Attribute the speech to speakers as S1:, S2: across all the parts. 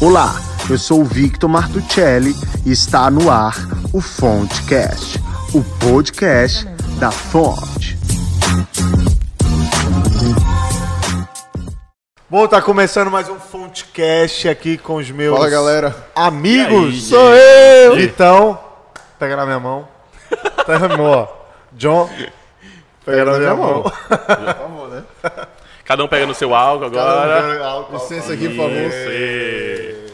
S1: Olá, eu sou o Victor Martuccelli e está no ar o Fontcast, o podcast da Fonte. Bom, tá começando mais um Fontcast aqui com os meus
S2: Fala galera,
S1: amigos.
S3: E aí,
S1: Sou eu! Vitão, pega na minha mão. Pega na minha mão, ó. John, pega na minha mão.
S2: por favor, né?
S3: Cada um pega no seu álcool agora.
S2: Licença aqui, por favor.
S3: Isso.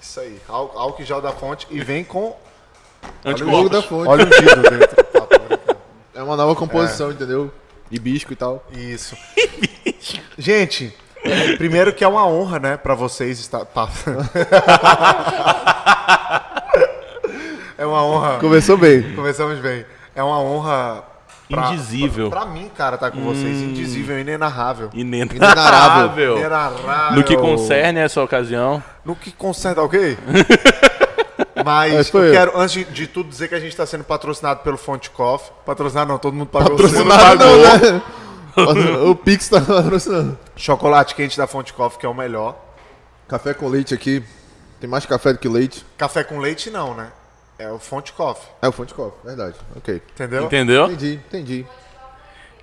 S1: Isso aí, álcool álcool e gel da fonte e vem com
S2: O logo da
S3: Anticorpos.
S2: fonte.
S1: óleo ungido dentro. Papo, né?
S2: É uma nova composição, entendeu? Hibisco e tal.
S1: Isso. Gente, primeiro que é uma honra, né, pra vocês estar. tá. pa- é uma honra.
S2: Começou bem.
S1: Começamos bem. É uma honra. Pra,
S3: Indizível.
S1: Pra, pra mim, cara, tá com vocês.
S2: Hum.
S1: Indizível, inenarrável.
S3: Inenarrável.
S1: Inenarrável.
S3: No que concerne essa ocasião.
S1: No que concerne, ok? Mas
S2: Mas foi
S1: eu
S2: eu.
S1: quero, antes de tudo, dizer que a gente está sendo patrocinado pelo Fonte Coffee. Patrocinado não, todo mundo pagou.
S2: Patrocinado
S1: Todo mundo pagou.
S2: não, né? O Pix tá patrocinando.
S1: Chocolate quente da Fonte Coffee, que é o melhor.
S2: Café com leite aqui. Tem mais café do que leite.
S1: Café com leite não, né? É o Fonte Coffee,
S2: É o fonte copo, verdade. Ok.
S1: entendeu?
S3: Entendeu?
S2: Entendi, entendi.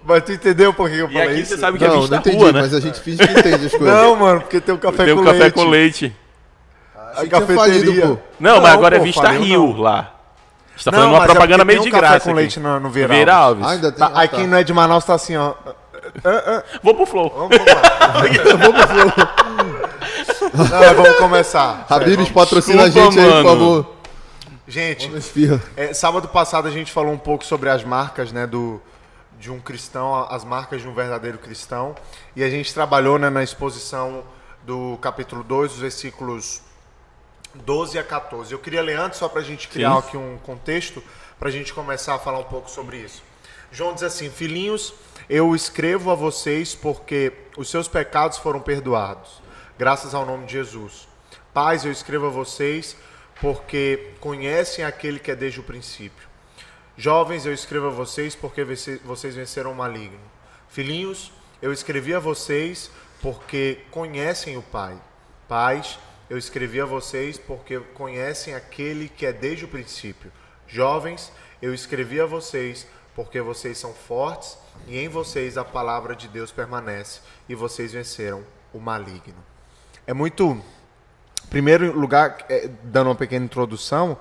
S1: Mas tu entendeu por que eu
S3: E
S1: falei
S3: aqui
S1: isso?
S3: você sabe que é
S2: não,
S3: bicho da
S2: não entendi,
S3: rua, né?
S2: mas a gente finge que entende as coisas.
S1: Não, mano, porque tem o café,
S3: Tem
S1: com,
S3: um café
S1: leite,
S3: com leite.
S1: a
S2: tinha
S1: cafeteria.
S2: falido, pô.
S3: Não, mas agora é
S1: pô,
S3: Vista
S1: falei, não.
S3: Rio lá. A gente tá
S1: Não,
S3: fazendo uma
S1: mas é porque
S3: propaganda meio
S1: tem
S3: de
S1: um café
S3: graça.
S1: com
S3: aqui.
S1: leite no, no Vieira
S3: Vieira
S1: Alves.
S3: Alves.
S2: Ah, ainda tem.
S1: Tá,
S2: ah,
S1: aí
S2: tá.
S1: quem não é de Manaus tá assim, ó.
S3: Vou pro Flow.
S1: Vamos lá. Não, vamos começar.
S2: Habibs patrocina
S3: Desculpa,
S2: a gente aí, por
S3: mano.
S2: favor.
S1: Gente,
S2: Vamos espirra.
S1: É, sábado passado a gente falou um pouco sobre as marcas, né, do de um cristão, a- as marcas de um verdadeiro cristão, e a gente trabalhou né, na exposição do capítulo 2, os versículos 12 a 14. Eu queria ler antes só para a gente criar
S3: Sim.
S1: aqui um contexto para a gente começar a falar um pouco sobre isso. João diz assim: Filhinhos, eu escrevo a vocês porque os seus pecados foram perdoados, graças ao nome de Jesus. Pais, eu escrevo a vocês porque conhecem aquele que é desde o princípio. Jovens, eu escrevo a vocês porque vence- vocês venceram o maligno. Filhinhos, eu escrevi a vocês porque conhecem o Pai. Pais, eu escrevi a vocês porque conhecem aquele que é desde o princípio. Jovens, eu escrevi a vocês porque vocês são fortes e em vocês a palavra de Deus permanece e vocês venceram o maligno. É muito primeiro lugar, é, dando uma pequena introdução,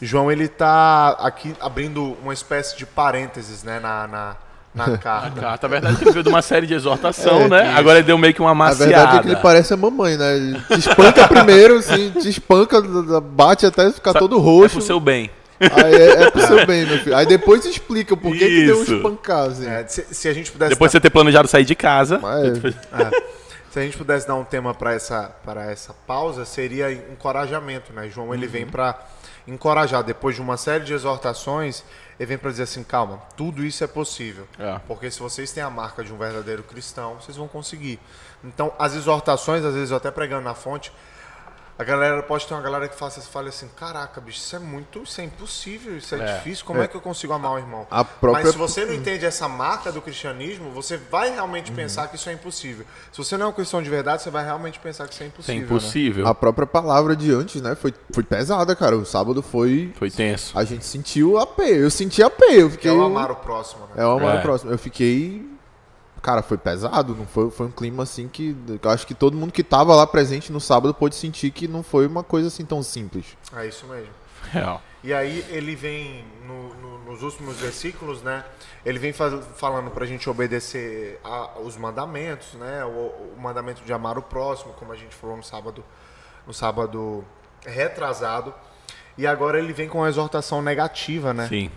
S1: João ele tá aqui abrindo uma espécie de parênteses, né, na, na, na carta.
S3: Tá, tá verdade que ele veio de uma série de exortação,
S2: É,
S3: né?
S2: que-
S3: Agora ele deu meio que uma
S2: A verdade é que
S3: maciada.
S2: ele parece a mamãe, né? Ele te espanca primeiro, assim, te espanca, bate até ficar todo
S3: É
S2: roxo.
S3: pro seu bem.
S2: Aí é, é pro seu bem, meu filho. Aí depois explica por que, que deu um
S3: Isso.
S2: espancado, assim.
S1: É, se, se a gente pudesse
S3: Depois de você ter planejado sair de casa.
S2: Mas-
S1: Se a gente pudesse dar um tema para essa, pra essa pausa, seria encorajamento, né? João, ele vem para encorajar. Depois de uma série de exortações, ele vem para dizer assim: calma, tudo isso é possível.
S3: É.
S1: Porque se vocês têm a marca de um verdadeiro cristão, vocês vão conseguir. Então, as exortações, às vezes eu até pregando na fonte, a galera pode ter uma galera que faça, fale assim: caraca, bicho, isso é muito, isso é impossível, isso é,
S3: É.
S1: difícil, como é. que eu consigo amar o irmão?
S2: A própria-
S1: Mas se você não entende essa marca do cristianismo, você vai realmente pensar que isso é impossível. Se você não é um cristão de verdade, você vai realmente pensar que isso é
S3: É
S1: impossível. né?
S3: impossível.
S2: A própria palavra de antes, né? Foi, foi pesada, cara. O sábado foi.
S3: Foi tenso.
S2: A gente sentiu a P. Eu senti a P. Eu
S1: Que
S2: fiquei.
S1: é o amar o próximo, né?
S2: É o amar
S3: É.
S2: o próximo. Eu fiquei. Cara, foi pesado. Não foi, foi um clima assim que. que Eu acho que todo mundo que tava lá presente no sábado pôde sentir que não foi uma coisa assim tão simples.
S1: É, isso mesmo.
S3: Real.
S1: E aí ele vem, no- no- nos últimos versículos, né? Ele vem faz- falando pra gente obedecer a- os mandamentos, né? O, o mandamento de amar o próximo, como a gente falou no sábado, no sábado retrasado. E agora ele vem com uma exortação negativa, né?
S3: Sim.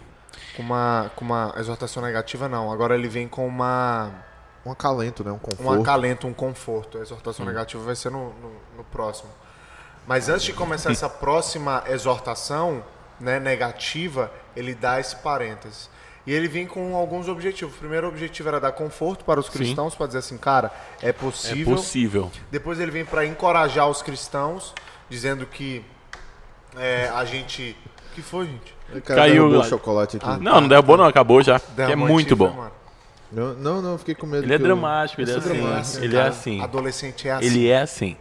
S1: Com uma, com uma exortação negativa, não. Agora ele vem com uma,
S2: Um acalento, né? Um conforto.
S1: um acalento, um conforto. A
S3: Hum.
S1: exortação negativa vai ser no, no- no próximo. Mas antes de começar essa próxima exortação né, negativa, ele dá esse parênteses. E ele vem com alguns objetivos. O primeiro objetivo era dar conforto para os cristãos, para dizer assim, cara, é
S3: É
S1: possível.
S3: possível.
S1: Depois ele vem para encorajar os cristãos, dizendo que é, a gente. que foi, gente?
S2: O cara
S3: Caiu
S2: derrubou
S3: lá.
S2: o chocolate
S1: Ah.
S2: aqui.
S3: Não, não derrubou não, acabou já. Que é
S1: Derramou
S3: muito
S1: antifa,
S3: bom.
S1: mano.
S2: Não, não, não, eu fiquei com medo.
S3: Ele é
S2: que eu-
S3: dramático, ele é
S2: Eu sou
S3: assim.
S2: dramático.
S3: Ele é
S1: Cara,
S3: assim.
S1: Adolescente é assim.
S3: Ele é assim.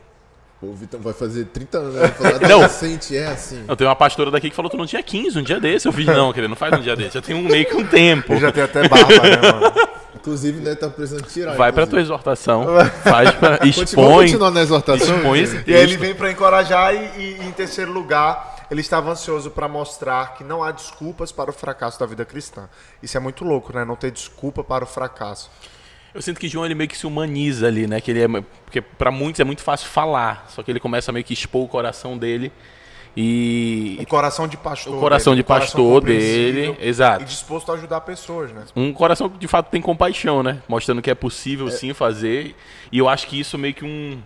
S2: O Vitão vai fazer 30 anos, né? Vai falar,
S3: Não.
S2: adolescente é assim.
S3: Eu tenho uma pastora daqui que falou tu não tinha 15 um dia desse. Eu fiz, não, querido, não faz um dia desse. Já tem um meio que um tempo.
S1: Eu já tenho até barba, né, mano?
S2: Inclusive, deve estar precisando tirar.
S3: Vai pra tua
S2: inclusive.
S3: exortação. Faz pra.
S2: Continua,
S3: Expõe.
S2: continuar na exortação.
S3: Expõe
S2: Vitor?
S3: esse
S1: E aí ele
S3: texto.
S1: vem para encorajar e, e, em terceiro lugar, ele estava ansioso para mostrar que não há desculpas para o fracasso da vida cristã. Isso é muito louco, né? Não ter desculpa para o fracasso.
S3: Eu sinto que João ele meio que se humaniza ali, né? Que ele é, porque para muitos é muito fácil falar, só que ele começa a meio que expor o coração dele e
S1: O coração de pastor.
S3: O coração
S1: dele,
S3: de pastor dele,
S1: compreensível
S3: exato.
S1: E disposto a ajudar pessoas, né?
S3: um coração que de fato tem compaixão, né? Mostrando que é possível sim fazer. E eu acho que isso meio que um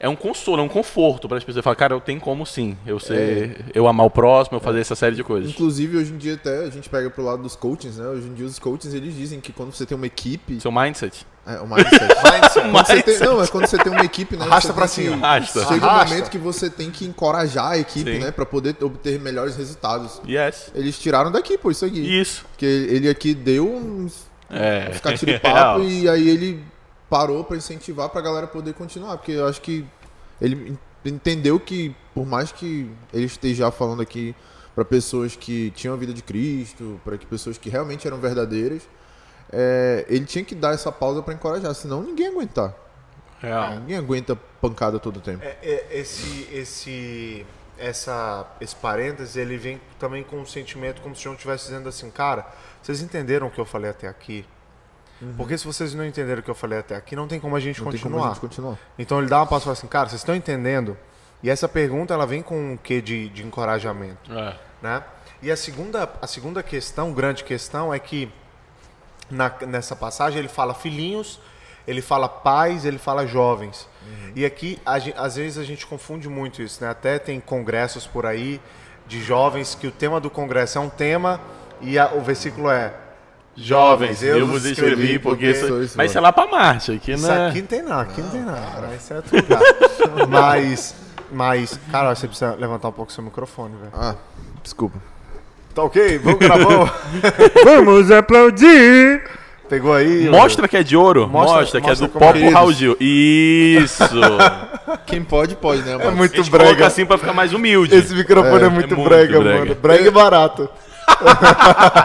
S3: é um consolo, é um conforto para as pessoas. Falar, cara, eu tenho como sim, eu ser, eu amar o próximo, eu fazer essa série de coisas.
S2: Inclusive, hoje em dia até a gente pega pro lado dos coachings, né? Hoje em dia os coachings eles dizem que quando você tem uma equipe.
S3: Seu mindset.
S2: É, o mindset.
S1: Mindset.
S2: Quando você
S3: Mindset.
S2: tem- não, é quando você tem uma equipe, né?
S1: Arrasta
S2: você
S1: pra
S2: tem que-
S1: cima.
S3: Arrasta.
S2: Chega um
S1: Arrasta.
S2: momento que você tem que encorajar a equipe,
S3: Sim.
S2: né? Pra poder obter melhores resultados.
S3: Yes.
S2: Eles tiraram daqui, pô, isso aqui.
S3: Isso.
S2: Porque ele aqui deu uns
S3: É.
S2: ficar tiro papo
S3: Real.
S2: e aí ele parou pra incentivar pra galera poder continuar, porque eu acho que ele en- entendeu que por mais que ele esteja falando aqui pra pessoas que tinham a vida de Cristo, pra que pessoas que realmente eram verdadeiras, é, ele tinha que dar essa pausa pra encorajar, senão ninguém ia aguentar.
S3: Real.
S2: Ninguém aguenta pancada todo o tempo.
S1: É, é, esse, esse, essa, esse parênteses, ele vem também com um sentimento como se o João estivesse dizendo assim, cara, vocês entenderam o que eu falei até aqui? Porque se vocês não entenderam o que eu falei até aqui, não tem como a gente
S2: Uhum. Não tem como
S1: continuar.
S2: a gente continuar.
S1: Então ele dá uma passo e fala assim, cara, vocês estão entendendo? E essa pergunta ela vem com o quê de, de encorajamento,
S3: É.
S1: né? E a segunda, a segunda questão, grande questão, é que na- nessa passagem ele fala filhinhos, ele fala pais, ele fala jovens. E aqui, a gen- às vezes, a gente confunde muito isso, né? Até tem congressos por aí de jovens que o tema do congresso é um tema e a- o versículo é
S3: Jovens, eu,
S1: vos
S3: vos escrevi porque.
S2: porque sois
S3: Mas isso é lá pra Marte, aqui,
S1: isso
S3: né?
S1: aqui não tem nada, aqui não, tem nada. Isso é outro lugar. mas, mas, cara, você precisa levantar um pouco seu microfone, velho.
S2: Ah, desculpa.
S1: Tá ok, vamos gravar.
S4: Vamos aplaudir!
S1: Pegou aí.
S3: Mostra que é de ouro.
S1: Mostra-
S3: Mostra, que
S1: mostra
S3: é do
S1: como
S3: Popo
S2: é.
S3: Raul Gil. Isso.
S2: Quem pode, pode, né? Max?
S1: muito-
S3: A gente
S1: brega.
S3: coloca assim pra ficar mais humilde.
S1: Esse microfone é, muito,
S3: é muito
S1: brega,
S3: brega.
S1: mano. Brega e barato.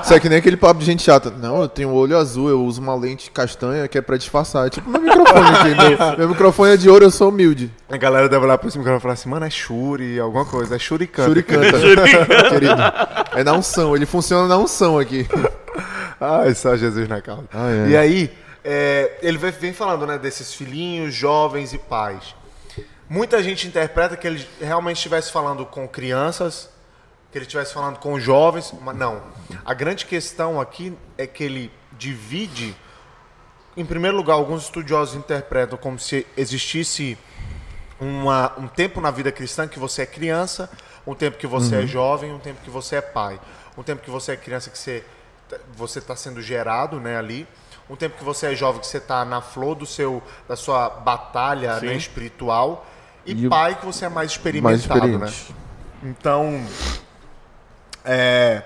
S2: Isso é que nem aquele papo de gente chata. Não, eu tenho um olho azul, eu uso uma lente castanha que é pra disfarçar. É tipo meu microfone aqui. Meu, meu microfone é de ouro, eu sou humilde.
S1: A galera deve olhar pra esse microfone e falar assim, mano, é Shuri, alguma coisa. É Shuri canta.
S2: Shuri canta. Querido. É na unção, ele funciona na unção aqui.
S1: Ai, só Jesus na causa.
S2: Ai, ai.
S1: E aí, é, ele vem- vem falando, né, desses filhinhos, jovens e pais. Muita gente interpreta que ele realmente estivesse falando com crianças, que ele estivesse falando com jovens, mas não. A grande questão aqui é que ele divide. Em primeiro lugar, alguns estudiosos interpretam como se existisse uma- um tempo na vida cristã que você é criança, um tempo que você
S2: Uhum.
S1: é jovem, um tempo que você é pai, um tempo que você é criança que você tá, você está sendo gerado, né, ali, um tempo que você é jovem que você está na flor do seu da sua batalha né, espiritual e,
S2: E o-
S1: pai que você é mais
S2: Mais
S1: experimentado, né?
S2: experiente.
S1: Então, é,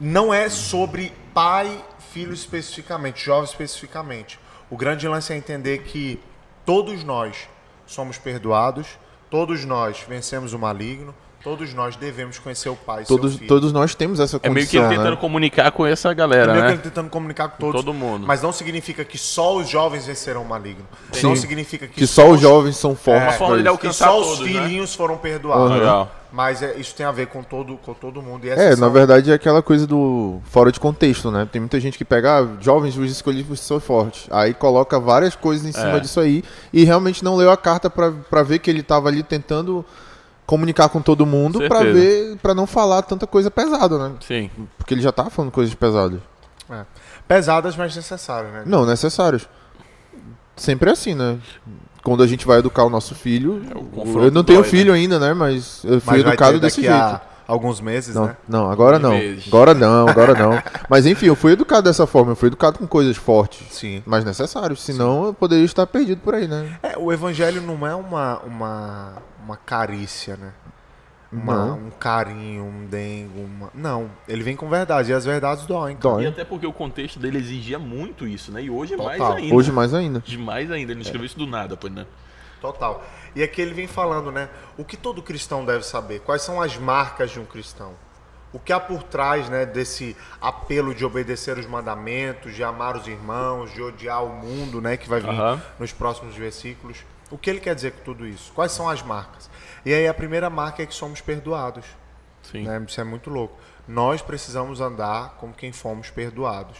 S1: não é sobre pai, filho especificamente, jovem especificamente. O grande lance é entender que todos nós somos perdoados, todos nós vencemos o maligno, todos nós devemos conhecer o pai e
S2: Todos,
S1: seu filho.
S2: todos nós temos essa
S3: É
S2: condição,
S3: meio que ele tentando
S2: né?
S3: comunicar com essa
S1: É
S3: galera,
S1: meio que
S3: né?
S1: ele tentando comunicar com todos.
S3: todo mundo.
S1: Mas não significa que só os jovens vencerão o maligno.
S2: Sim.
S1: Não significa que,
S2: Que só os jovens são fortes.
S3: É. Uma forma de
S2: pra
S3: ele
S2: isso.
S1: que
S3: alcançar
S1: só os
S3: todos, né?
S1: filhinhos foram perdoados.
S3: Uhum. Legal.
S1: Mas é- isso tem a ver com todo, com todo mundo. E essa
S2: É,
S1: são-
S2: na verdade é aquela coisa do fora de contexto, né? Tem muita gente que pega ah, jovens vos escolhidos são fortes. Aí coloca várias coisas em cima
S3: É.
S2: disso aí e realmente não leu a carta pra pra ver que ele tava ali tentando comunicar com todo mundo pra
S3: Certeza.
S2: ver para não falar tanta coisa pesada, né?
S1: assim.
S3: Sim.
S2: Porque ele já tava falando coisas pesadas.
S1: É. Pesadas, mas necessárias, né?
S2: Não necessárias. Sempre é assim, né? Quando a gente vai educar o nosso filho,
S3: É, o confronto
S2: eu não tenho
S3: dói, né?
S2: filho ainda, né? Mas eu fui
S1: Mas vai
S2: educado
S1: ter
S2: desse
S1: daqui
S2: jeito.
S1: a alguns meses,
S2: Não,
S1: né?
S2: não, agora não.
S3: vezes.
S2: Agora não, agora não. Mas enfim, eu fui educado dessa forma, eu fui educado com coisas fortes,
S1: Sim.
S2: mas necessários, senão eu poderia estar perdido por aí, né?
S1: É, o evangelho não é uma, uma, uma carícia, né? Uma-
S2: Não.
S1: Um carinho, um dengo. uma- Não, ele vem com verdade. E as verdades doem. cara.
S2: Dói.
S3: E até porque o contexto dele exigia muito isso, né? E hoje é mais
S1: Total.
S3: ainda.
S2: Hoje mais ainda.
S3: Demais ainda. Ele não escreveu isso do nada, pô, né?
S1: Total. E aqui ele vem falando, né? O que todo cristão deve saber? Quais são as marcas de um cristão? O que há por trás né, desse apelo de obedecer os mandamentos, de amar os irmãos, de odiar o mundo, né, que vai vir
S3: Aham.
S1: nos próximos versículos? O que ele quer dizer com tudo isso? Quais são as marcas? E aí a primeira marca é que somos perdoados.
S3: Sim.
S1: Né? Isso é muito louco. Nós precisamos andar como quem fomos perdoados.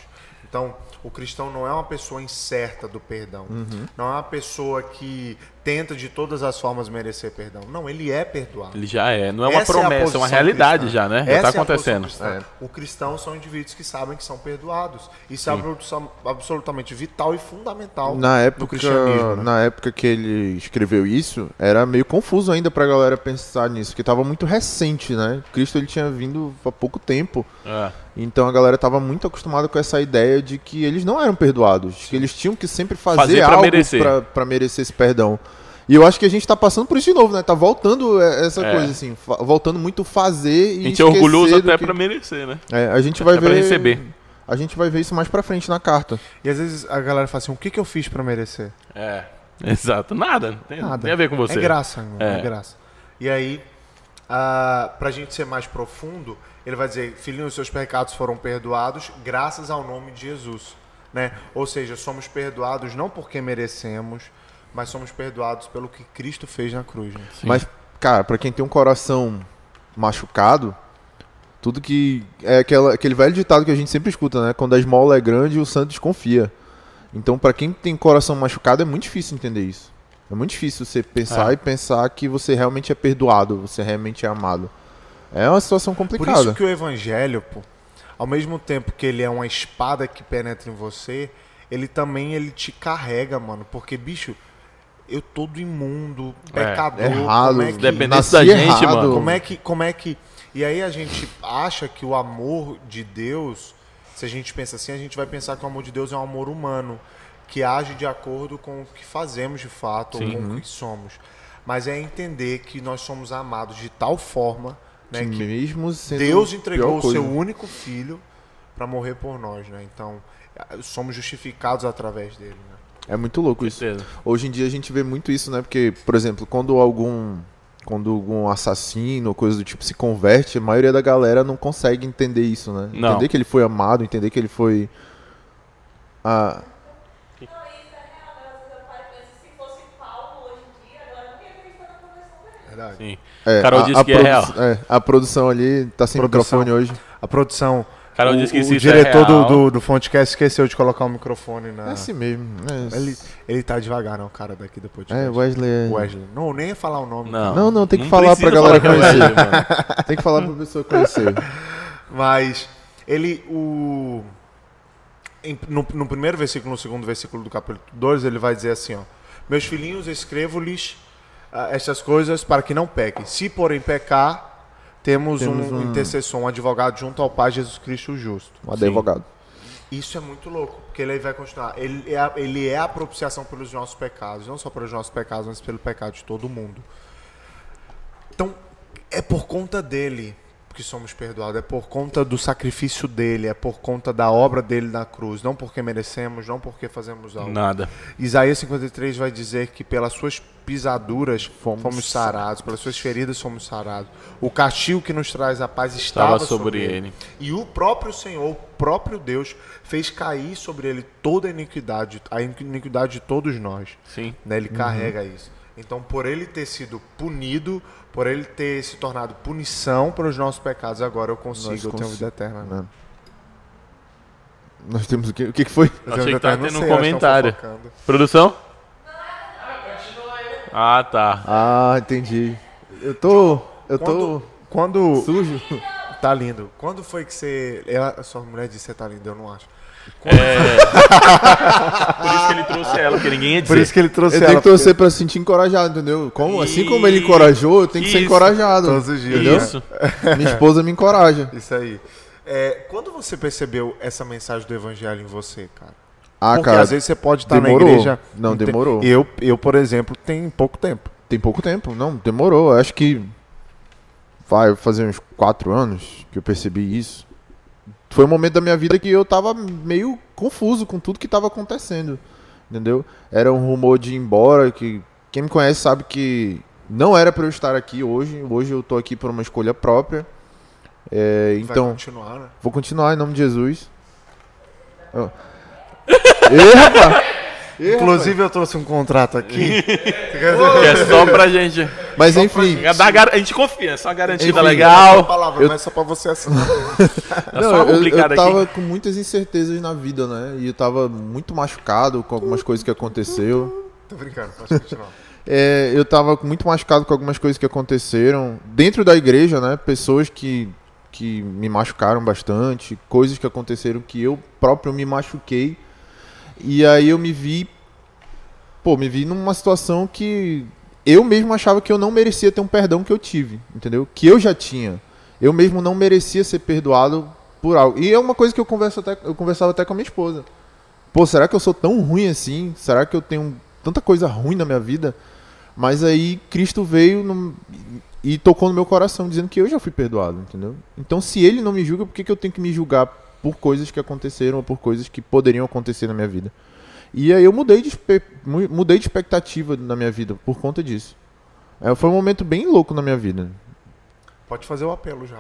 S1: Então, o cristão não é uma pessoa incerta do perdão.
S3: Uhum.
S1: Não é uma pessoa que tenta de todas as formas merecer perdão. Não, ele é perdoado.
S3: Ele já é. Não é uma
S1: Essa a
S3: promessa, é uma
S1: posição
S3: realidade
S1: cristã.
S3: já, né? Já
S1: Essa
S3: tá
S1: é a posição
S3: acontecendo.
S1: cristã. O cristão são indivíduos que sabem que são perdoados. Isso é abso- absolutamente vital e fundamental
S2: Na
S1: do
S2: época,
S1: cristianismo. né?
S2: na época que ele escreveu isso, era meio confuso ainda pra galera pensar nisso, porque tava muito recente, né? Cristo ele tinha vindo há pouco tempo.
S3: É.
S2: Então a galera tava muito acostumada com essa ideia de que eles não eram perdoados, que eles tinham que sempre fazer,
S3: Fazer pra
S2: algo
S3: merecer.
S2: pra- pra merecer esse perdão. E eu acho que a gente tá passando por isso de novo, né? Tá voltando é, essa
S3: É.
S2: coisa assim, fa- voltando muito fazer e
S3: A gente é orgulhoso
S2: esquecer do
S3: até
S2: que-
S3: pra merecer, né?
S2: É, a gente vai
S3: até
S2: ver
S3: pra receber.
S2: A gente vai ver isso mais pra frente na carta.
S1: E às vezes a galera fala assim: o que, que eu fiz para merecer?
S3: É. Exato. Nada. não Tem,
S1: Nada.
S3: tem a ver com você.
S1: É graça, irmão. É,
S3: É.
S1: graça. E aí, ah, pra gente ser mais profundo, ele vai dizer: Filhinho, os seus pecados foram perdoados graças ao nome de Jesus. Né? Ou seja, somos perdoados não porque merecemos, mas somos perdoados pelo que Cristo fez na cruz. né?
S3: Sim.
S2: Mas, cara, pra quem tem um coração machucado, tudo que. É aquela, aquele velho ditado que a gente sempre escuta, né? Quando a esmola é grande, o santo desconfia. Então, pra quem tem coração machucado, é muito difícil entender isso. É muito difícil você pensar
S3: É.
S2: e pensar que você realmente é perdoado, você realmente é amado. É uma situação
S1: Por
S2: complicada.
S1: isso que o evangelho, pô, ao mesmo tempo que ele é uma espada que penetra em você, ele também ele te carrega, mano. Porque, bicho, eu todo imundo,
S3: É,
S1: pecador,
S2: Errado,
S1: como é que...
S3: Dependente
S2: nasci
S3: da gente,
S2: errado.
S3: mano.
S1: Como é que, como é que, e aí a gente acha que o amor de Deus, se a gente pensa assim, a gente vai pensar que o amor de Deus é um amor humano, que age de acordo com o que fazemos de fato,
S3: Sim.
S1: ou com o que somos. Mas é entender que nós somos amados de tal forma, né,
S2: Sim,
S1: que
S2: mesmo sendo
S1: Deus
S2: a
S1: entregou
S2: pior
S1: o
S2: coisa.
S1: seu único filho para morrer por nós, né? Então, eh, somos justificados através dele, né?
S2: É muito louco isso.
S3: Certeza.
S2: Hoje em dia a gente vê muito isso, né? Porque, por exemplo, quando algum quando algum assassino ou coisa do tipo se converte, a maioria da galera não consegue entender isso, né?
S3: Não.
S2: Entender que ele foi amado, entender que ele foi ah,
S1: Verdade.
S3: Sim.
S2: é,
S3: Carol
S2: a,
S3: disse
S2: a
S3: que é real.
S2: é, a produção ali tá sem
S1: Produção.
S2: microfone hoje.
S1: A produção,
S3: Carol
S1: o,
S3: disse que
S1: o
S3: isso é
S1: diretor do,
S3: real.
S1: do, do Fontecast esqueceu de colocar o microfone na...
S2: É assim mesmo. É,
S1: Ele, ele tá devagar, não, cara, daqui do podcast.
S2: é Wesley. é-
S1: Wesley. Não, nem ia falar o nome.
S3: Não,
S2: Não, não, tem que falar
S3: precisa
S2: pra
S3: falar
S2: galera
S3: que é
S2: conhecer.
S3: verdade, mano.
S2: Tem que falar pra pessoa conhecer.
S1: Mas ele, o... em- no, no primeiro versículo, no segundo versículo do capítulo 2, ele vai dizer assim, ó. Meus filhinhos, escrevo-lhes ah, estas coisas para que não pequem. Se porém pecar, temos,
S2: Temos
S1: um,
S2: um-
S1: intercessor, um advogado junto ao Pai Jesus Cristo o justo.
S2: Um advogado.
S1: Isso é muito louco, porque ele vai continuar. Ele é, a, ele é a propiciação pelos nossos pecados, não só pelos nossos pecados, mas pelo pecado de todo mundo. Então, é por conta dele que somos perdoados, é por conta do sacrifício dele, é por conta da obra dele na cruz, não porque merecemos, não porque fazemos algo.
S3: Nada.
S1: Isaías 53 vai dizer que pelas suas pisaduras fomos,
S2: Fomos
S1: sarados, pelas suas feridas fomos sarados. O castigo que nos traz a paz estava,
S3: Estava sobre ele.
S1: E o próprio Senhor, o próprio Deus, fez cair sobre ele toda a iniquidade, a iniquidade de todos nós.
S3: Sim. Uhum.
S1: Né? Ele carrega isso. Então, por ele ter sido punido, por ele ter se tornado punição para os nossos pecados, agora eu consigo,
S2: Nós
S1: eu tenho
S2: consi-
S1: vida eterna. né?
S2: né? Nós temos o quê? O que que foi?
S1: Eu
S3: Achei
S1: tenho vida
S3: que tava
S1: eterna, não
S3: tendo um
S1: sei, é elas tão
S3: comentário.
S1: fofocando.
S3: Produção? Ah, tá.
S2: Ah, entendi. Eu tô. Eu tô.
S1: Quando, quando
S2: Sujo?
S1: Tá lindo. Quando foi que você. Ela, a sua mulher disse que você tá lindo, eu não acho.
S3: É. Por isso que ele trouxe ela, porque ninguém ia dizer.
S1: Por isso que ele trouxe
S2: Eu
S1: ela.
S2: tenho que torcer pra se sentir encorajado, entendeu? Como, assim como ele encorajou, eu tenho que ser
S3: Isso.
S2: encorajado.
S1: Todos os dias, né?
S2: entendeu?
S3: Isso.
S2: Minha esposa me encoraja.
S1: Isso aí. É, quando você percebeu essa mensagem do evangelho em você, cara?
S2: Ah,
S1: Porque
S2: cara,
S1: às vezes você pode estar
S2: demorou.
S1: na igreja.
S2: Não,
S1: tem-
S2: demorou.
S1: Eu, eu, por exemplo, tem pouco tempo.
S2: tem pouco tempo. Não, demorou. Eu acho que vai fazer uns quatro anos que eu percebi isso. Foi um momento da minha vida que eu tava meio confuso com tudo que tava acontecendo, entendeu? Era um rumor de ir embora que, Quem me conhece sabe que não era para eu estar aqui hoje. Hoje eu tô aqui por uma escolha própria. É,
S1: Vai
S2: então,
S1: continuar, né?
S2: vou continuar em nome de Jesus. Ó. Ih, rapaz! Ih, rapaz!
S5: Inclusive, eu trouxe um contrato aqui.
S3: Que é só pra gente.
S2: Mas enfim,
S3: É da gar- A gente confia, é só uma garantida
S2: Enfim,
S1: Não é
S3: legal.
S1: palavra,
S2: Eu-
S1: não é só pra você assinar.
S3: É só uma
S2: eu, eu
S3: complicada
S2: tava
S3: aqui.
S2: com muitas incertezas na vida, né? E eu tava muito machucado com algumas coisas que aconteceu.
S1: Tô brincando, pode continuar.
S2: É, eu tava muito machucado com algumas coisas que aconteceram dentro da igreja, né? Pessoas que, que me machucaram bastante, coisas que aconteceram que eu próprio me machuquei. E aí eu me vi, pô, me vi numa situação que eu mesmo achava que eu não merecia ter um perdão que eu tive, entendeu? Que eu já tinha. Eu mesmo não merecia ser perdoado por algo. E é uma coisa que eu converso até, eu conversava até com a minha esposa. Pô, será que eu sou tão ruim assim? Será que eu tenho tanta coisa ruim na minha vida? Mas aí Cristo veio no- e tocou no meu coração, dizendo que eu já fui perdoado, entendeu? Então, se ele não me julga, por que, que eu tenho que me julgar por coisas que aconteceram ou por coisas que poderiam acontecer na minha vida? E aí eu mudei de, espe- mu- mudei de expectativa na minha vida por conta disso. É, foi um momento bem louco na minha vida.
S1: Pode fazer o apelo já.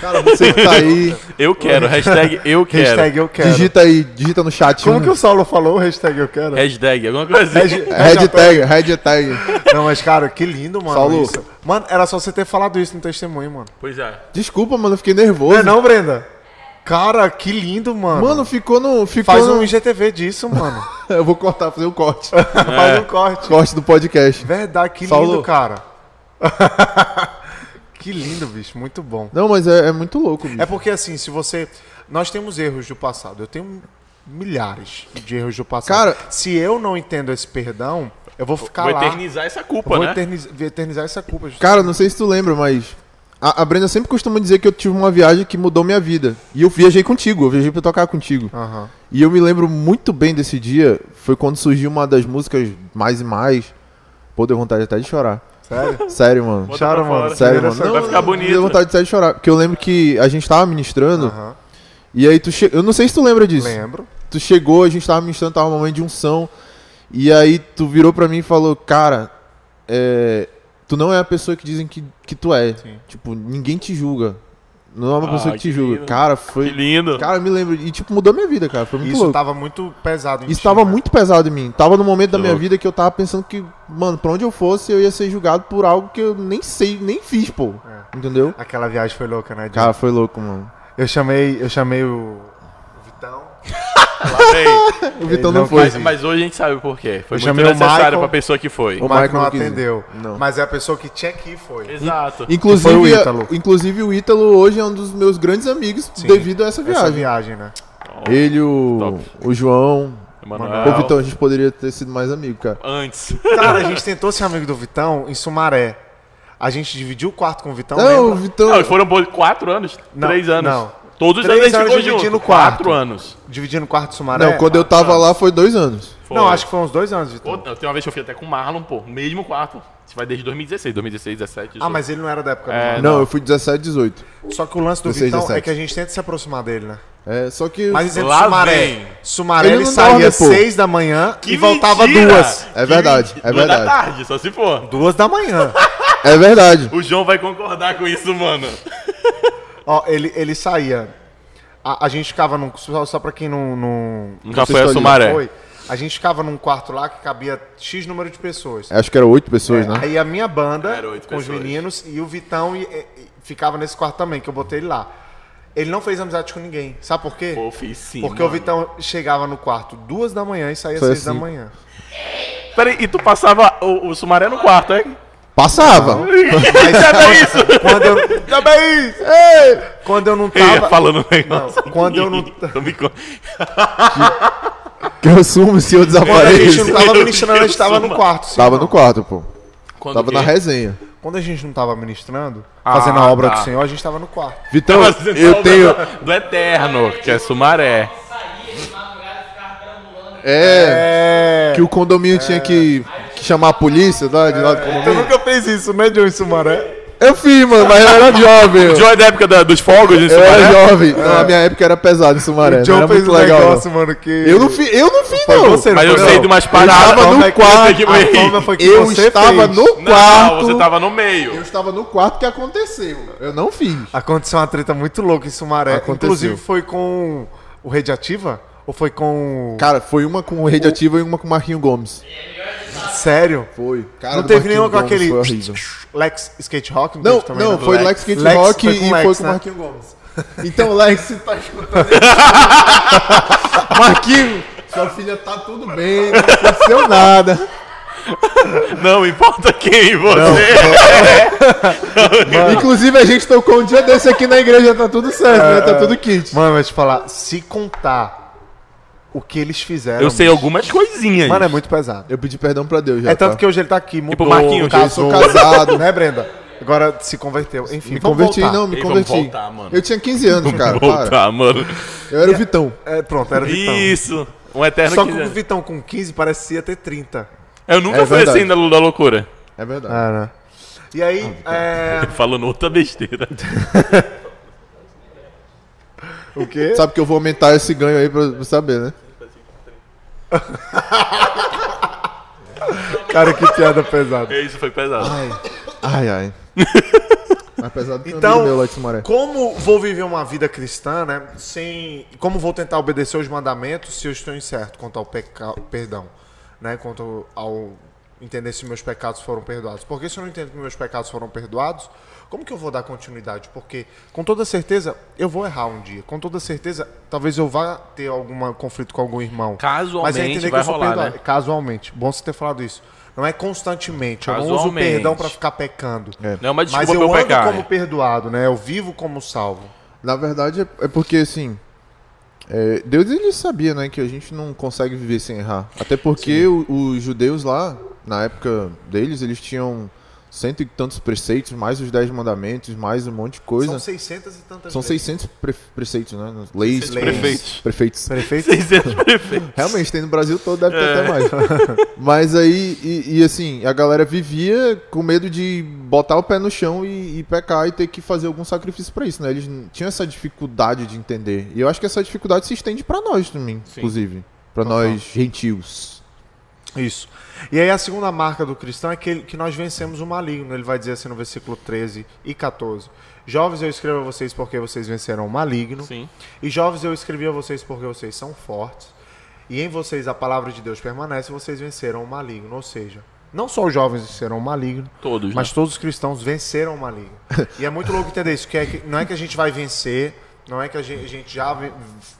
S2: Cara, você que tá aí,
S3: Eu quero, hashtag eu quero. Hashtag,
S5: Hashtag eu quero.
S2: digita É aí, digita no chat.
S5: Como
S2: um-
S5: que o Saulo falou o hashtag eu quero?
S3: alguma coisa
S2: é
S3: assim.
S2: Hashtag, hashtag.
S1: Não, mas cara, que lindo, mano.
S2: Saulo.
S1: isso. Mano, era só você ter falado isso no testemunho, mano.
S3: Pois é.
S2: Desculpa, mano, eu fiquei nervoso.
S1: Não é não, Brenda? Cara, que lindo, mano.
S2: Mano, ficou no. Ficou
S1: Faz
S2: no...
S1: um IGTV disso, mano.
S2: Eu vou cortar, fazer um corte.
S3: É.
S1: Faz um corte.
S2: corte do podcast.
S1: Verdade, que
S2: Saulo.
S1: lindo, cara. que lindo, bicho. Muito bom.
S2: Não, mas é, é muito louco, bicho.
S1: É porque assim, se você. Nós temos erros do passado. Eu tenho milhares de erros do passado.
S2: Cara-
S1: se eu não entendo esse perdão, eu vou ficar
S3: Vou
S1: lá.
S3: eternizar essa culpa,
S1: vou
S3: né?
S1: eterniz- vou eternizar essa culpa. justamente.
S2: Cara, não sei se tu lembra, mas. A, a Brenda sempre costuma dizer que eu tive uma viagem que mudou minha vida. E eu viajei contigo, eu viajei pra tocar contigo.
S1: Aham.
S2: E eu me lembro muito bem desse dia. Foi quando surgiu uma das músicas mais e mais. Pô, deu vontade até de chorar. Sério? Sério, mano.
S3: Bota pra
S1: Chora,
S3: fora.
S1: mano.
S2: Sério,
S1: Primeira
S2: mano. Não,
S3: Vai ficar
S2: não, Deu
S3: bonito.
S2: vontade de sair de chorar. Porque eu lembro que a gente tava ministrando.
S1: Aham.
S2: E aí tu che... Eu não sei se tu lembra disso.
S1: Lembro.
S2: tu chegou, a gente tava ministrando, tava um momento de unção, e aí tu virou pra mim e falou, cara, é, tu não é a pessoa que dizem que, que tu é.
S1: Sim.
S2: Tipo, ninguém te julga. Não é uma
S3: Ah,
S2: pessoa que te
S3: que
S2: julga.
S3: lindo.
S2: Cara,
S3: Que
S2: foi...
S3: lindo.
S2: Cara, eu me lembro. E, tipo, mudou minha vida, cara. Foi muito
S1: Isso
S2: louco.
S1: tava muito pesado. em
S2: Isso
S1: ti,
S2: tava
S1: né?
S2: muito pesado em mim. Tava no momento da minha
S3: louco.
S2: vida que eu tava pensando que, mano, pra onde eu fosse, eu ia ser julgado por algo que eu nem sei, nem fiz, pô. Entendeu?
S1: Aquela viagem foi louca, né? Diego?
S2: Cara, foi louco, mano.
S1: Eu chamei, eu chamei o o Vitão.
S3: Lá vem.
S2: O Vitão
S1: não
S2: não, foi.
S3: mas, mas hoje a gente sabe por quê. Foi
S1: Eu
S3: muito
S1: chamei o
S3: necessário
S1: Michael.
S3: pra pessoa que foi.
S1: O,
S2: O
S1: Mike
S2: Michael
S1: não
S2: não quis ir.
S1: atendeu.
S2: Não.
S1: Mas é a pessoa que tinha que ir foi.
S3: Exato.
S2: Inclusive,
S1: Que foi o Ítalo.
S2: inclusive o Ítalo hoje é um dos meus grandes amigos
S1: Sim.
S2: devido a essa viagem.
S1: Essa viagem, Ah, né?
S2: Ele, o, o João. Pô,
S3: Emanuel.
S2: Vitão, a gente poderia ter sido mais amigo, cara.
S3: Antes.
S1: Cara, a gente tentou ser amigo do Vitão em Sumaré. A gente dividiu o quarto com o Vitão,
S2: Não, o
S1: lembra?
S2: Vitão.
S3: Não, foram bo- quatro anos?
S1: Não,
S3: três anos.
S1: não.
S3: Todos os
S1: Três
S3: anos a gente
S1: anos
S3: ficou
S1: dividindo
S3: junto.
S1: quarto.
S3: Quatro anos.
S1: Dividindo o quarto de Sumaré.
S2: Não, quando eu tava lá foi dois anos.
S1: Não, acho que foi uns dois anos, Vitão.
S3: Tem uma vez que eu fui até com o Marlon, pô, no mesmo quarto. Isso vai desde 2016, 2016, 17,
S1: Ah, mas ele não era da época
S3: É,
S1: do
S2: não,
S3: não.
S2: eu fui 17, 18.
S1: Marlon. Só que o lance do
S2: 16,
S1: Vitão é
S2: 17.
S1: que a gente tenta se aproximar dele, né?
S2: É, só que.
S1: Mas ele
S3: Lá
S1: Sumaré.
S3: vem.
S1: Sumaré
S2: Ele
S1: ele,
S2: não dorme,
S1: saía
S2: pô.
S1: às seis da manhã e voltava duas.
S2: É verdade, é verdade.
S3: Da tarde, só se for.
S1: Duas da manhã.
S2: É verdade.
S3: O João vai concordar com isso, mano.
S1: Ó, ele, ele saía. A, a gente ficava num. Só, só pra quem não. não
S3: Nunca
S2: foi a Sumaré.
S3: Sumaré.
S1: foi, a gente ficava num quarto lá que cabia X número de pessoas.
S2: Acho que eram oito pessoas, É, né?
S1: É, Aí a minha banda,
S3: Era oito
S1: com os
S3: pessoas.
S1: meninos, e o Vitão e- e- e ficava nesse quarto também, que eu botei ele lá. Ele não fez amizade com ninguém. Sabe por quê?
S3: Pô, fiz sim.
S1: Porque o
S3: mano.
S1: Vitão chegava no quarto duas da manhã e saía
S2: Só
S1: seis da
S2: assim.
S1: manhã.
S3: Peraí, e tu passava o, o Sumaré no quarto, é?
S2: Passava.
S3: Já tá isso!
S1: Quando eu,
S3: Já tá isso!
S1: quando eu não
S3: Ei,
S1: tava.
S3: falando um negócio.
S1: Não, quando eu não-
S3: Então me con-
S2: Que eu sumo se eu
S1: Quando a gente
S2: desapareço.
S1: não tava
S3: Eu-
S1: ministrando, a gente
S3: eu
S1: tava
S3: sou
S1: no quarto. sim,
S2: Tava
S1: não.
S2: no quarto, pô.
S3: Quando
S2: Tava
S3: o
S2: na
S3: quê?
S2: resenha.
S1: Quando a gente não tava ministrando,
S3: Ah,
S1: fazendo a obra
S3: tá.
S1: do Senhor, a gente tava no quarto.
S2: Vitão,
S3: Mas você
S2: eu
S3: soube
S2: tenho.
S3: do- Do Eterno, que é Sumaré.
S2: É.
S1: É.
S2: Que
S1: É.
S2: o
S1: Então,
S2: condomínio tinha que, que chamar a polícia, tá? De lá do condomínio.
S1: nunca fez isso, né, John Sumaré?
S2: Eu fiz, mano, mas eu era jovem.
S3: O
S2: eu-
S3: Joy é da época da- dos fogos, de
S2: Eu
S3: Sumaré?
S2: era jovem. Não, a minha época era pesada isso, Maré.
S1: O John
S2: era
S1: fez
S2: muito
S1: um
S2: legal.
S1: negócio, mano, que...
S2: não. Eu não fiz, eu não fiz, não.
S1: você,
S3: Mas
S1: não
S3: eu
S1: foi,
S3: sei
S1: não.
S3: de umas
S1: Eu
S3: paradas.
S1: tava no quarto.
S3: que
S1: A
S3: eu errei.
S1: forma foi que
S2: Eu
S1: você
S2: estava
S1: fez.
S2: no
S3: Não,
S2: quarto.
S3: você tava no
S2: Eu
S3: meio.
S2: estava no quarto que aconteceu. Eu não fiz.
S1: Aconteceu uma treta muito louca em Sumaré.
S2: Aconteceu.
S1: Inclusive foi com o Radiativa? Ou foi com.
S2: Cara, foi uma com o Radioativa e uma com o Marquinho Gomes.
S1: Sério?
S2: Foi. Cara,
S1: não
S2: do
S1: teve
S2: Marquinho
S1: nenhuma com
S2: Gomes
S1: aquele.
S2: Foi horrível.
S1: Lex Skate Rock?
S2: Não,
S1: teve também,
S2: não,
S1: né?
S2: foi Lex Kid
S1: Lex
S2: Rock
S1: foi com
S2: e
S1: Lex,
S2: foi com o
S1: né?
S2: Marquinho Gomes. Então, Lex, se tá escutando
S1: Marquinho!
S2: Sua filha tá tudo bem, não aconteceu nada.
S3: Não importa quem é você.
S2: Inclusive, a gente tocou um dia desse aqui na igreja, tá tudo certo, né? Tá tudo kit.
S1: É. Mano, eu te falar, se contar o que eles fizeram.
S3: Eu sei algumas coisinhas.
S1: Mano, é muito pesado.
S2: Eu pedi perdão pra Deus já.
S1: É tanto que hoje ele tá aqui, mudou.
S3: Tipo Marquinhos,
S1: casou,
S2: eu sou casado.
S1: né, Brenda? Agora se converteu. Enfim,
S2: Me
S1: vamos
S2: converti,
S1: voltar.
S2: não, me
S3: Ei, vamos
S2: converti.
S3: voltar, mano.
S2: Eu tinha 15 anos, cara. Para.
S3: Voltar, mano.
S2: Eu era o Vitão.
S1: É, pronto, era o Vitão.
S3: Isso. Um eterno
S1: Só que
S3: quiser.
S1: o Vitão com 15 parecia ter 30.
S3: Eu nunca
S2: É
S3: fui
S2: verdade.
S3: assim da, da loucura.
S2: É verdade.
S1: É, né? E aí, é...
S3: Falando outra besteira.
S1: o quê?
S2: Ah. Sabe que eu vou aumentar esse ganho aí pra pra saber, né?
S1: Cara, que piada pesada.
S3: É, Isso foi pesado.
S2: Ai, ai. Apesar do que
S1: Então-
S2: então... meu lá de Sumaré.
S1: Como vou viver uma vida cristã, né? Sem. Como vou tentar obedecer os mandamentos se eu estou incerto quanto ao pecado. Perdão. Né? Quanto ao entender se meus pecados foram perdoados. Porque se eu não entendo que meus pecados foram perdoados, como que eu vou dar continuidade? Porque com toda certeza eu vou errar um dia. Com toda certeza, talvez eu vá ter algum conflito com algum irmão.
S3: Casualmente
S1: é entender
S3: vai
S1: eu sou
S3: rolar,
S1: perdoado.
S3: né?
S1: Casualmente. Bom você ter falado isso. Não é constantemente. Eu não uso o
S3: Casualmente.
S1: perdão para ficar pecando.
S3: Não é uma
S1: Mas
S3: desculpa
S1: eu
S3: pra eu é.
S1: ando
S3: pecar.
S1: como perdoado, né? Eu vivo como salvo.
S2: Na verdade, é- é porque, assim... é, Deus ele sabia, né, que a gente não consegue viver sem errar. Até porque o- os judeus lá, na época deles, eles tinham cento e tantos preceitos, mais os dez mandamentos, mais um monte de coisa.
S1: São
S2: São,
S1: 600 e tantas
S2: 600 pre- preceitos, né? Leis,
S3: 600
S2: leis,
S3: prefeitos.
S2: prefeitos.
S1: Prefeito?
S3: 600 prefeitos.
S2: Realmente, tem no Brasil todo, deve ter até mais. Mas aí, e, e assim, a galera vivia com medo de botar o pé no chão e, e pecar e ter que fazer algum sacrifício pra isso, né? Eles n- tinham essa dificuldade de entender. E eu acho que essa dificuldade se estende pra nós também, inclusive. Pra nós gentios.
S1: Isso. E aí a segunda marca do cristão é que, ele- que nós vencemos o maligno. Ele vai dizer assim no versículo 13 e 14. Jovens, eu escrevo a vocês porque vocês venceram o maligno.
S3: Sim.
S1: E jovens, eu escrevi a vocês porque vocês são fortes. E em vocês a palavra de Deus permanece, vocês venceram o maligno. Ou seja, não só os jovens venceram o maligno,
S3: Todos, né?
S1: Mas todos os cristãos venceram o maligno. E é muito louco entender isso, que, é que não é que a gente vai vencer, não é que a gente, a gente já ven-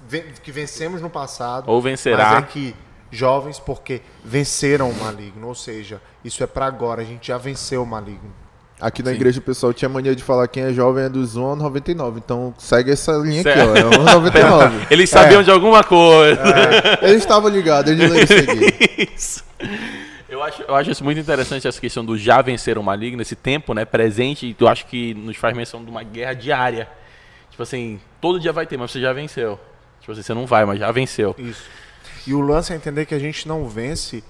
S1: ven- que vencemos no passado,
S3: Ou vencerá.
S1: mas é que jovens porque venceram o maligno, ou seja, isso é pra agora, a gente já venceu o maligno.
S2: Aqui na igreja o pessoal tinha mania de falar quem é jovem é dos 1 a 99. Então segue essa linha aqui, ó. É 1 a 99.
S3: Eles
S1: É.
S3: sabiam de alguma coisa.
S2: Eles estavam ligados, eles leram isso aqui.
S3: Isso. Eu acho, eu acho isso muito interessante, essa questão do já vencer o maligno, esse tempo, né, presente, e eu acho que nos faz menção de uma guerra diária. Tipo assim, todo dia vai ter, mas você já venceu. Tipo assim, você não vai, mas já venceu.
S1: Isso. E o lance é entender que a gente não vence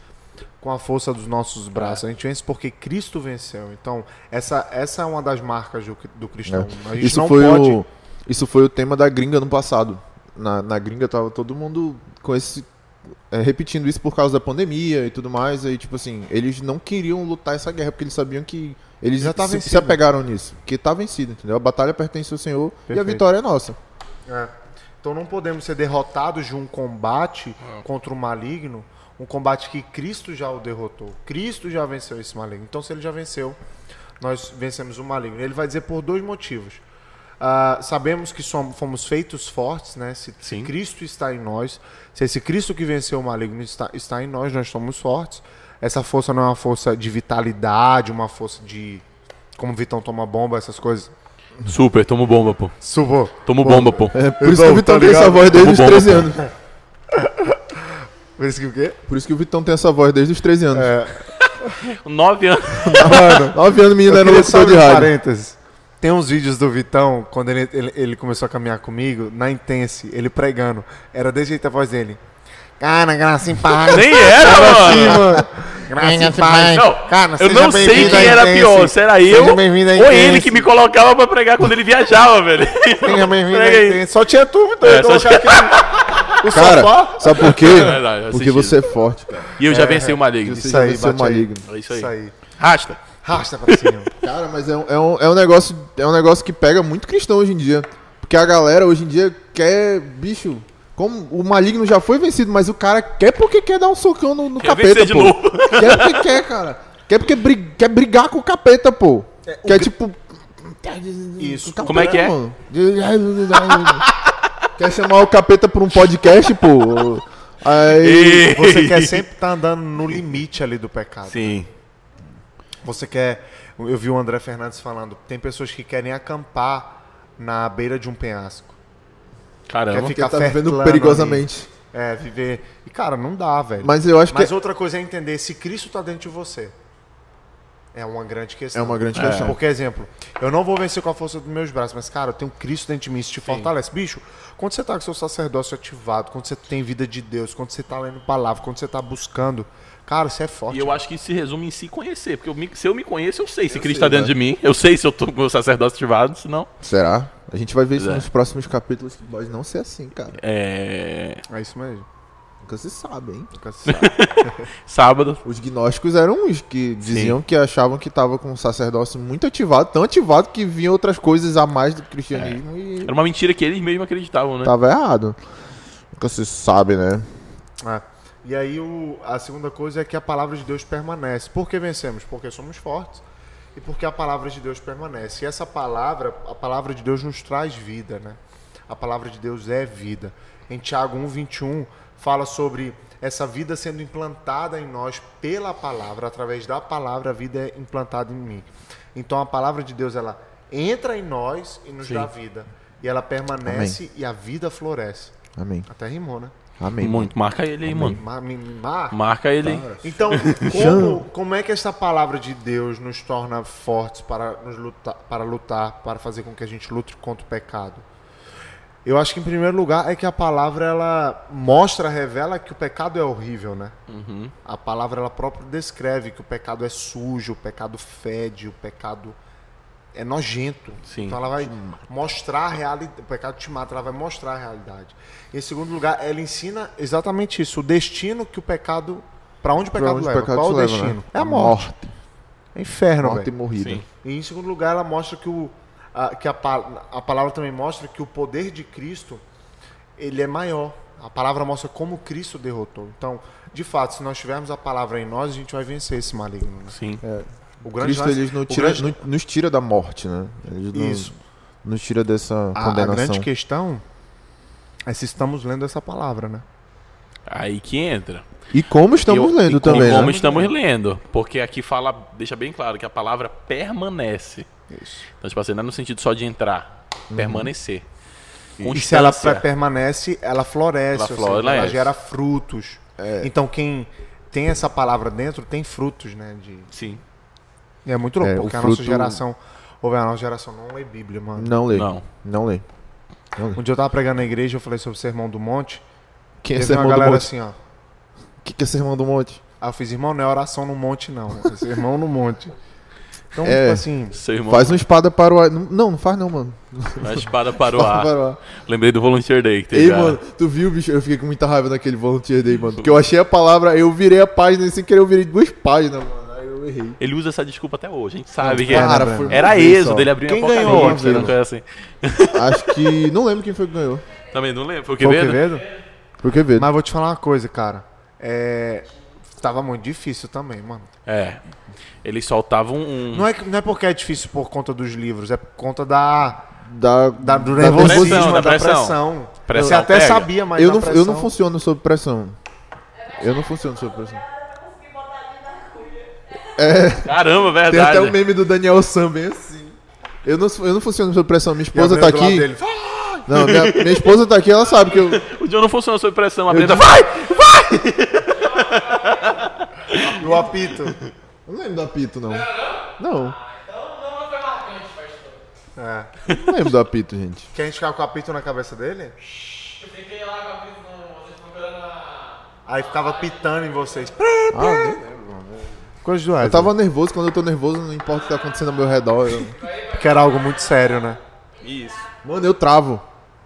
S1: com a força dos nossos
S2: É.
S1: braços, a gente vence porque Cristo venceu. Então, essa, essa é uma das marcas do, do cristão. Então, A gente
S2: É. Isso
S1: não
S2: foi,
S1: pode...
S2: o, isso foi o tema da gringa no passado. Na, na gringa tava todo mundo com esse. é, repetindo isso por causa da pandemia e tudo mais. Aí, tipo assim, eles não queriam lutar essa guerra, porque eles sabiam que. Eles
S1: Já tá
S2: se, se
S1: vencido.
S2: apegaram nisso. Que tá vencido, entendeu? A batalha pertence ao Senhor e a
S1: Perfeito.
S2: vitória é nossa.
S1: É. Então não podemos ser derrotados de um combate
S3: É.
S1: contra o maligno, um combate que Cristo já o derrotou. Cristo já venceu esse maligno. Então se ele já venceu, nós vencemos o maligno. Ele vai dizer por dois motivos. Ah, sabemos que somos, fomos feitos fortes, né? Se, se
S3: Sim.
S1: Cristo está em nós, se esse Cristo que venceu o maligno está, está em nós, nós somos fortes. Essa força não é uma força de vitalidade, uma força de. Como o Vitão toma bomba, essas coisas.
S3: Super, tomo bomba, pô.
S1: Subo.
S3: Tomo bomba, pô.
S2: É, por isso que
S1: Então,
S2: o Vitão
S1: tá
S2: tem essa
S1: ligado?
S2: voz
S3: Como
S2: desde os
S3: bom,
S2: 13
S3: pô.
S2: anos.
S1: Por isso que o quê?
S2: Por isso que o Vitão tem essa voz desde os 13 anos.
S3: Nove anos.
S2: Nove anos o menino
S1: É. Eu
S2: era
S1: queria só abrir
S2: locutor de
S1: um
S2: rádio.
S1: parênteses. Tem uns vídeos do Vitão, quando ele, ele, ele começou a caminhar comigo, na Intense, ele pregando. Era desse jeito a voz dele. Cara, graça em paz.
S3: Nem era, mano.
S1: Assim, mano. Graças e paz.
S3: Não,
S1: Cara,
S3: eu
S1: seja
S3: não sei
S1: bem-vindo
S3: quem
S1: à
S3: era
S1: Intense.
S3: pior, se era
S1: Seja
S3: eu ou
S1: bem-vindo à
S3: ele
S1: Intense.
S3: que me colocava pra pregar quando ele viajava, velho.
S1: Seja bem-vindo à
S3: Pega aí.
S1: Intense. Só tinha tu, então.
S3: É,
S1: É,
S3: só tinha-
S1: O
S2: Cara,
S1: sofá.
S2: sabe por quê?
S3: verdade, eu
S2: Porque
S3: assisti.
S2: você é forte, cara.
S3: E eu já venci o maligno.
S2: Você
S1: Isso
S2: já
S1: aí,
S2: venceu
S1: bate aí.
S2: maligno.
S3: É isso
S1: Isso
S3: aí.
S1: aí.
S3: Rasta.
S1: Rasta pra cima.
S2: Cara, mas é um, é, um, é um negócio é um negócio que pega muito cristão hoje em dia. Porque a galera hoje em dia quer, bicho, como o maligno já foi vencido, mas o cara quer porque quer dar um socão no, no
S3: Quer
S2: capeta,
S3: vencer de
S2: pô.
S3: novo.
S2: Quer porque quer, cara. Quer porque bri- quer brigar com o capeta, pô. quer tipo
S1: Isso.
S2: com o
S3: Como é que é?
S2: mano. quer chamar o capeta pra um podcast, pô. Aí
S3: E-
S1: Então, Você quer sempre estar andando no limite ali do pecado.
S3: Sim.
S1: Você quer. Eu vi o André Fernandes falando. Tem pessoas que querem acampar na beira de um penhasco.
S3: Caramba.
S1: Quer
S2: ele tá vivendo
S1: fertilando
S2: perigosamente.
S1: ali. É, viver. E, cara, não dá, velho.
S2: Mas eu acho que
S1: Mas outra coisa é entender se Cristo tá dentro de você. É uma grande questão.
S2: É uma grande questão.
S1: Porque, exemplo, eu não vou vencer com a força dos meus braços, mas, cara, eu tenho Cristo dentro de mim, isso te fortalece. Bicho, quando você tá com seu sacerdócio ativado, quando você tem vida de Deus, quando você tá lendo palavra, quando você tá buscando, cara, você é forte.
S3: E eu acho que se resume em se conhecer, porque eu me- se eu me conheço, eu sei se Cristo está dentro
S1: né?
S3: de mim, eu sei se eu tô com o sacerdócio ativado, se não.
S2: Será? A gente vai ver isso
S3: um? Pois é.
S2: nos próximos capítulos que pode não ser assim, cara.
S3: É.
S1: É isso mesmo.
S2: Nunca se sabe, hein?
S1: Nunca se sabe.
S3: Sábado.
S2: Os gnósticos eram os que diziam que achavam que tava com o sacerdócio muito ativado, tão ativado que vinha outras coisas a mais do cristianismo
S1: É.
S2: e
S3: Era uma mentira que eles mesmos acreditavam, né?
S1: Tá.
S2: tava errado. Nunca se sabe, né?
S1: É. E aí o- a segunda coisa é que a palavra de Deus permanece. Por que vencemos? Porque somos fortes e porque a palavra de Deus permanece. E essa palavra, a palavra de Deus nos traz vida, né? A palavra de Deus é vida. Em Tiago 1:21 fala sobre essa vida sendo implantada em nós pela palavra, através da palavra a vida é implantada em mim. Então a palavra de Deus ela entra em nós e nos dá vida. E ela permanece e a vida floresce.
S2: Amém.
S1: Até rimou, né?
S2: Amém.
S3: Muito. Marca ele aí, mano.
S1: Ma- me- ma-
S3: Marca ele aí.
S1: então, como, como é que essa palavra de Deus nos torna fortes para, nos lutar, para lutar, para fazer com que a gente lute contra o pecado? Eu acho que, em primeiro lugar, é que a palavra ela mostra, revela que o pecado é horrível, né? A palavra ela própria descreve que o pecado é sujo, o pecado fede, o pecado é nojento.
S3: Sim.
S1: Então ela vai mostrar a realidade. O pecado te mata, ela vai mostrar a realidade. Em segundo lugar, ela ensina exatamente isso: o destino que o pecado. Pra onde o
S2: Pra
S1: pecado
S2: onde o
S1: leva?
S2: pecado
S1: Qual
S2: te
S1: o
S2: leva,
S1: destino?
S2: né?
S1: É a morte. É inferno,
S2: Morte e
S1: velho.
S2: morrida.
S3: Sim.
S1: E em segundo lugar, ela mostra que, o, a, que a, pa- a palavra também mostra que o poder de Cristo ele é maior. A palavra mostra como Cristo derrotou. Então, de fato, se nós tivermos a palavra em nós, a gente vai vencer esse maligno. né?
S3: Sim.
S1: O grande
S2: Cristo
S1: lance-
S2: eles não
S1: o
S2: tira,
S1: grande-
S2: não- nos tira da morte, né? Eles não,
S1: Isso.
S2: nos tira dessa
S1: a, a
S2: condenação.
S1: grande questão é se estamos lendo essa palavra, né?
S3: Aí que entra.
S2: E como estamos
S3: Eu-
S2: lendo
S3: e
S2: também,
S3: Como
S2: né?
S3: estamos lendo. Porque aqui fala, deixa bem claro que a palavra permanece. Então, tipo assim, não é no sentido só de entrar,
S2: Uhum.
S3: permanecer.
S1: E se ela
S3: Constância.
S1: pe- permanece, ela
S3: Ela
S1: floresce, ou seja, ela,
S3: floresce.
S1: gera frutos.
S2: É.
S1: Então quem tem essa palavra dentro tem frutos, né? De...
S3: Sim.
S1: E é muito louco,
S2: É, o
S1: porque a
S2: fruto-
S1: nossa geração. Ou velho, a nossa geração não lê Bíblia, mano.
S2: Não lê.
S3: Não.
S2: Não lê.
S1: Um dia eu tava pregando na igreja, eu falei sobre o Sermão do Monte.
S2: Quem é
S1: teve
S2: sermão
S1: uma
S2: do
S1: galera
S2: monte?
S1: assim, ó.
S2: O que, que é sermão do monte?
S1: Ah, eu fiz, irmão, não é oração no monte, não. É sermão no monte. Então,
S2: É.
S1: tipo assim.
S3: Seu irmão
S2: Faz uma espada para o ar. Não, não, não faz não, mano.
S3: a espada para o ar.
S2: Para o ar.
S3: Lembrei do Volunteer Day que teve.
S2: Ei,
S3: a-
S2: mano, tu viu, bicho? Eu fiquei com muita raiva naquele volunteer day, mano. Porque eu achei a palavra, eu virei a página e sem querer eu virei duas páginas, mano. Aí eu errei.
S3: Ele usa essa desculpa até hoje, a gente sabe que
S2: Cara,
S3: era.
S2: foi uma
S3: Era
S2: vez
S3: êxodo,
S2: só.
S3: ele abriu
S1: Quem
S3: a porta
S1: ganhou?
S3: Não, você não
S2: Uma
S3: conhece.
S2: Acho que. Não lembro quem foi que ganhou.
S3: assim. Também não lembro, foi o né?
S1: Foi o
S3: Quevedo?
S2: né?
S1: Quevedo?
S2: Porque vê.
S1: Mas vou te falar uma coisa, cara. É. Tava muito difícil também, mano.
S3: É. Ele soltava um.
S1: Não é, que- não é porque é difícil por conta dos livros, é por conta da,
S2: Da,
S1: da- do nervosismo,
S3: pressão,
S1: da,
S3: da pressão.
S1: pressão.
S3: Pressão
S1: Você até
S3: pega.
S1: sabia, mas
S2: eu,
S1: da
S2: não, eu
S1: pressão-
S2: não funciono sob pressão. Eu não funciono sob pressão.
S3: Caramba, é
S2: Tem
S3: verdade.
S2: até o meme do Daniel Sam bem assim. Eu não, eu não funciono sob pressão. Minha
S1: E a
S2: esposa
S1: mulher
S2: tá
S1: do lado
S2: aqui.
S1: dele,
S2: Não, minha, minha esposa tá aqui, ela sabe que eu.
S3: O John não funciona sob pressão, a Brenda. Vai!
S1: "Ah, o apito.
S2: Eu não lembro do apito, não. Ah, então, Não.
S1: É.
S2: Não lembro do apito, gente.
S1: Quer a gente ficar com o apito na cabeça dele? Aí ficava pitando em vocês.
S2: Ah, nem lembro, mano.
S1: Coisa do
S2: Eu tava nervoso, quando eu tô nervoso, não importa o que tá acontecendo ao meu redor. eu-
S1: Que era algo muito sério, né?
S3: Isso.
S2: Mano, eu travo.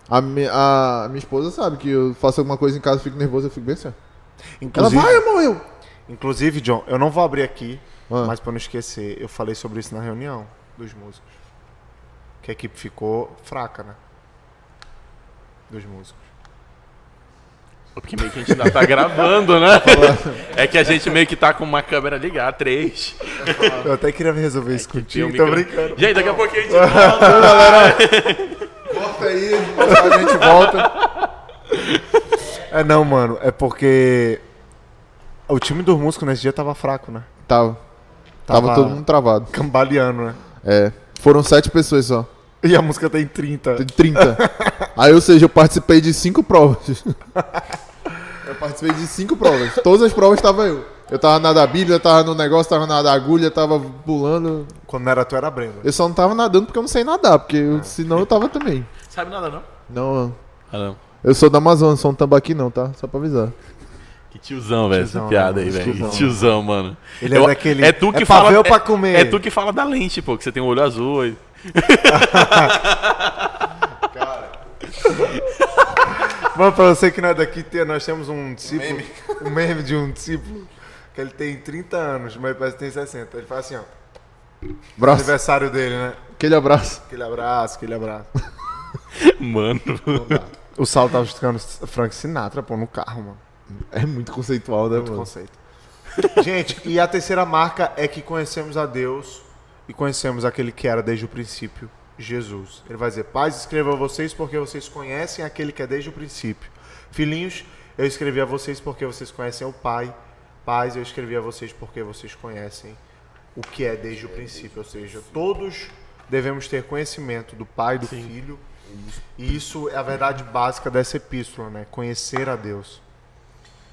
S2: A, mi- a- a minha esposa sabe que eu faço alguma coisa em casa, fico nervoso, eu fico bem assim. ó. Ela
S1: Inclusive,
S2: vai, amor, eu.
S1: inclusive, John, eu não vou abrir aqui,
S2: Ah.
S1: mas pra não esquecer, eu falei sobre isso na reunião dos músicos. Que a equipe ficou fraca, né? Dos músicos.
S3: Porque meio que a gente ainda tá gravando, né? é que a gente meio que tá com uma câmera ligada, três.
S1: Eu até queria resolver isso
S3: Tem um
S1: contigo, tô
S3: micro-
S1: brincando.
S3: Gente, daqui a pouco a gente volta.
S2: Corta aí, a gente volta.
S1: É não, mano, é porque o time dos músicos nesse dia tava fraco, né?
S2: Tava. Tava, todo mundo travado.
S1: cambaleando, né?
S2: É. Foram sete pessoas só.
S1: E a música tem 30.
S2: De 30. Aí, ou seja, eu participei de cinco provas. Eu participei de cinco provas. Todas as provas tava eu. Eu tava na da Bíblia, tava no negócio, tava na da agulha, tava pulando.
S1: Quando não era tu, era Brenda.
S2: Eu só não tava nadando porque eu não sei nadar, porque eu- senão eu tava também.
S3: Sabe nada, não?
S2: Não,
S3: Ah, não.
S2: eu sou da Amazônia, sou um tambaqui não, tá? Só pra avisar.
S3: Que tiozão, velho, essa
S1: Tiozão,
S3: piada aí,
S1: né?
S3: velho.
S1: Tiozão.
S3: Tiozão, tiozão, mano.
S1: Ele é daquele-
S3: É tu
S1: é
S3: que
S1: pra
S3: fala.
S1: ver ou
S3: é-
S1: pra comer?
S3: É tu que fala da lente, pô, que você tem o olho azul aí.
S1: Vamos pra você que não é daqui, tem- nós temos um discípulo, um meme. de um discípulo, que ele tem 30 anos, mas parece que tem 60. Ele fala assim, ó,
S2: Abraço.
S1: aniversário dele, né?
S2: Aquele abraço.
S1: Aquele abraço, aquele abraço.
S3: Mano.
S1: O Saulo tava ficando Frank Sinatra, pô, no carro, mano.
S2: É muito conceitual, né, mano?
S1: Conceito. Gente, e a terceira marca é que conhecemos a Deus e conhecemos aquele que era desde o princípio, Jesus. Ele vai dizer: Paz, escrevo a vocês porque vocês conhecem aquele que é desde o princípio. Filhinhos, eu escrevi a vocês porque vocês conhecem o Pai. Paz, eu escrevi a vocês porque vocês conhecem o que é desde o princípio. Ou seja, todos devemos ter conhecimento do Pai, do Filho. E isso é a verdade básica dessa epístola, né? Conhecer a Deus.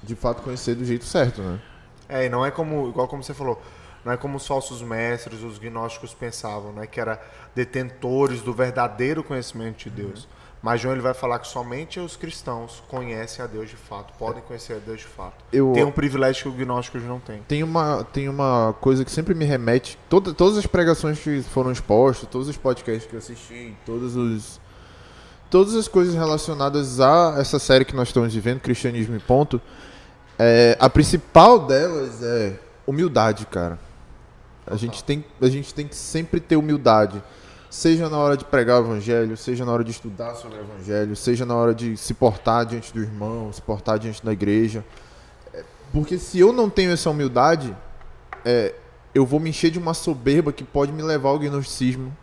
S2: De fato, conhecer do jeito certo, né?
S1: É, e não é como, igual como você falou, não é como os falsos mestres, os gnósticos pensavam, né? Que era detentores do verdadeiro conhecimento de Deus.
S2: Uhum.
S1: Mas João ele vai falar que somente os cristãos conhecem a Deus de fato, podem conhecer a Deus de fato.
S2: Eu-
S1: Tem um privilégio que os gnósticos não têm.
S2: Tem uma, tem uma coisa que sempre me remete. Toda, todas as pregações que foram expostas, todos os podcasts que eu assisti, todos os. Todas as coisas relacionadas a essa série que nós estamos vivendo, Cristianismo em Ponto, é, a principal delas é humildade, cara. A gente, tem, a gente tem que sempre ter humildade. Seja na hora de pregar o evangelho, seja na hora de estudar sobre o evangelho, seja na hora de se portar diante do irmão, se portar diante da igreja. É, Porque se eu não tenho essa humildade, é, eu vou me encher de uma soberba que pode me levar ao gnosticismo.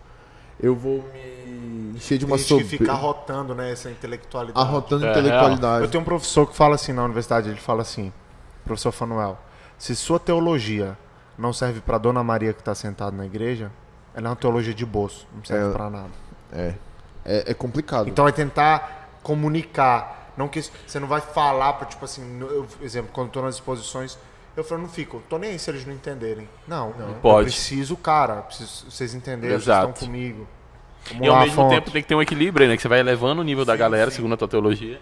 S2: Eu vou me encher de
S1: Tem
S2: uma
S1: gente que fica
S2: soberba.
S1: arrotando, né? Essa intelectualidade.
S2: Arrotando
S3: É,
S1: Eu
S2: intelectualidade.
S1: tenho um professor que fala assim na universidade, ele fala assim, professor Fanuel, se sua teologia não serve para Dona Maria que está sentada na igreja, ela é uma teologia de bolso, não serve
S2: É.
S1: pra para nada.
S2: É, é complicado.
S1: Então é tentar comunicar. Não que você não vai falar, pra, tipo assim, no- eu, exemplo, quando eu tô nas exposições, eu falo, não fico, tô nem aí se eles não entenderem. Não, não Eu
S3: pode.
S1: preciso, cara, preciso, vocês entenderem,
S3: Exato.
S1: vocês estão comigo. Vamos
S3: E ao
S1: lá,
S3: mesmo
S1: Afonso.
S3: tempo tem que ter um equilíbrio aí, né? Que você vai elevando o nível da galera, segundo a tua teologia.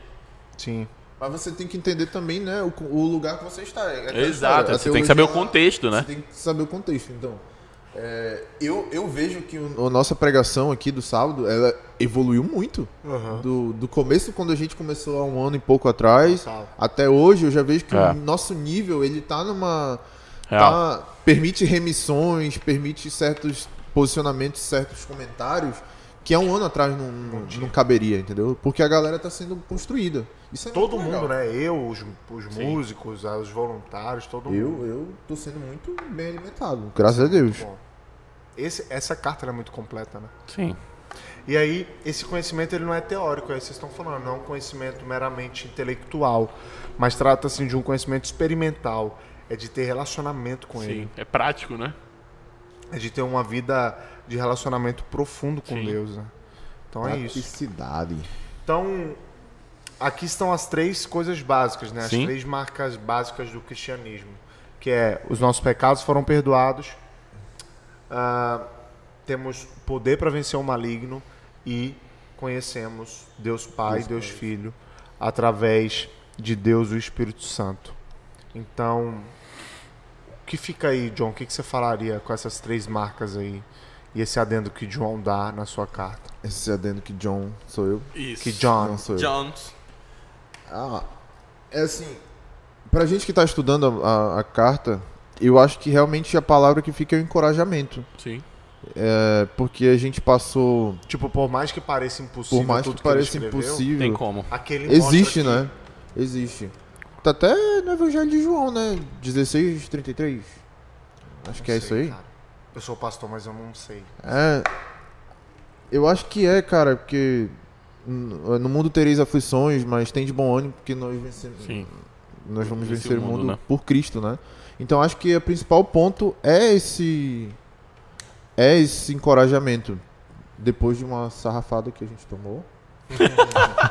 S1: Sim.
S2: Mas você tem que entender também, né, o, o lugar que você está. É aquela
S3: Exato.
S2: história, a
S3: Você tem que saber o
S2: teologia-
S3: contexto, né?
S2: Você tem que saber o contexto. Então, é, eu, eu vejo que o- a nossa pregação aqui do sábado, ela evoluiu muito. Do, do começo, quando a gente começou há um ano e pouco atrás,
S1: Total.
S2: até hoje, eu já vejo que
S3: É.
S2: o nosso nível, ele tá numa...
S3: Real.
S2: tá- permite remissões, permite certos posicionamentos, certos comentários, que há um ano atrás não, não, não caberia, entendeu? Porque a galera tá sendo construída. Isso é
S1: Todo
S2: muito
S1: mundo,
S2: legal.
S1: né? Eu, os, os músicos, os voluntários, todo mundo.
S2: Eu, eu tô sendo muito bem alimentado, graças a Deus.
S1: Bom. Esse, essa carta ela é muito completa, né?
S3: Sim.
S1: E aí, esse conhecimento ele não é teórico, é isso que vocês estão falando, não é um conhecimento meramente intelectual, mas trata-se de um conhecimento experimental, é de ter relacionamento com ele,
S3: Sim. É prático, né?
S1: é de ter uma vida de relacionamento profundo com
S3: Sim.
S1: Deus, né? Então
S2: Tá,
S1: é isso.
S2: Praticidade.
S1: Então, aqui estão as três coisas básicas, né? As
S3: Sim.
S1: três marcas básicas do cristianismo, que é os nossos pecados foram perdoados, ah, temos poder para vencer o maligno e conhecemos Deus Pai, Deus, Filho, através de Deus o Espírito Santo. Então, que fica aí, John? O que, que você falaria com essas três marcas aí? E esse adendo que John dá na sua carta?
S2: Esse adendo que John sou eu.
S3: Isso.
S1: Que John.
S2: Não sou eu.
S3: Jones.
S2: Ah, é assim. Pra gente que tá estudando a, a- a carta, eu acho que realmente a palavra que fica é o encorajamento.
S3: Sim.
S2: É, porque a gente passou,
S1: Tipo, por mais que pareça impossível.
S2: por mais que
S1: tudo ele
S2: pareça
S1: escreveu,
S2: impossível,
S3: Tem como.
S1: Aquele
S2: existe,
S1: mostra
S2: né? Existe. Tá até no Evangelho de João, né? 16, 33. Acho que é isso
S1: sei,
S2: aí.
S1: cara. Eu sou pastor, mas eu não sei.
S2: É. Eu acho que é, cara, porque n- no mundo tereis aflições, mas tem de bom ânimo, porque nós vencemos.
S3: Sim.
S2: Nós vamos
S3: Vencer
S2: vencer o
S3: o mundo,
S2: mundo,
S3: né?
S2: por Cristo, né? Então acho que o principal ponto é esse é esse encorajamento depois de uma sarrafada que a gente tomou.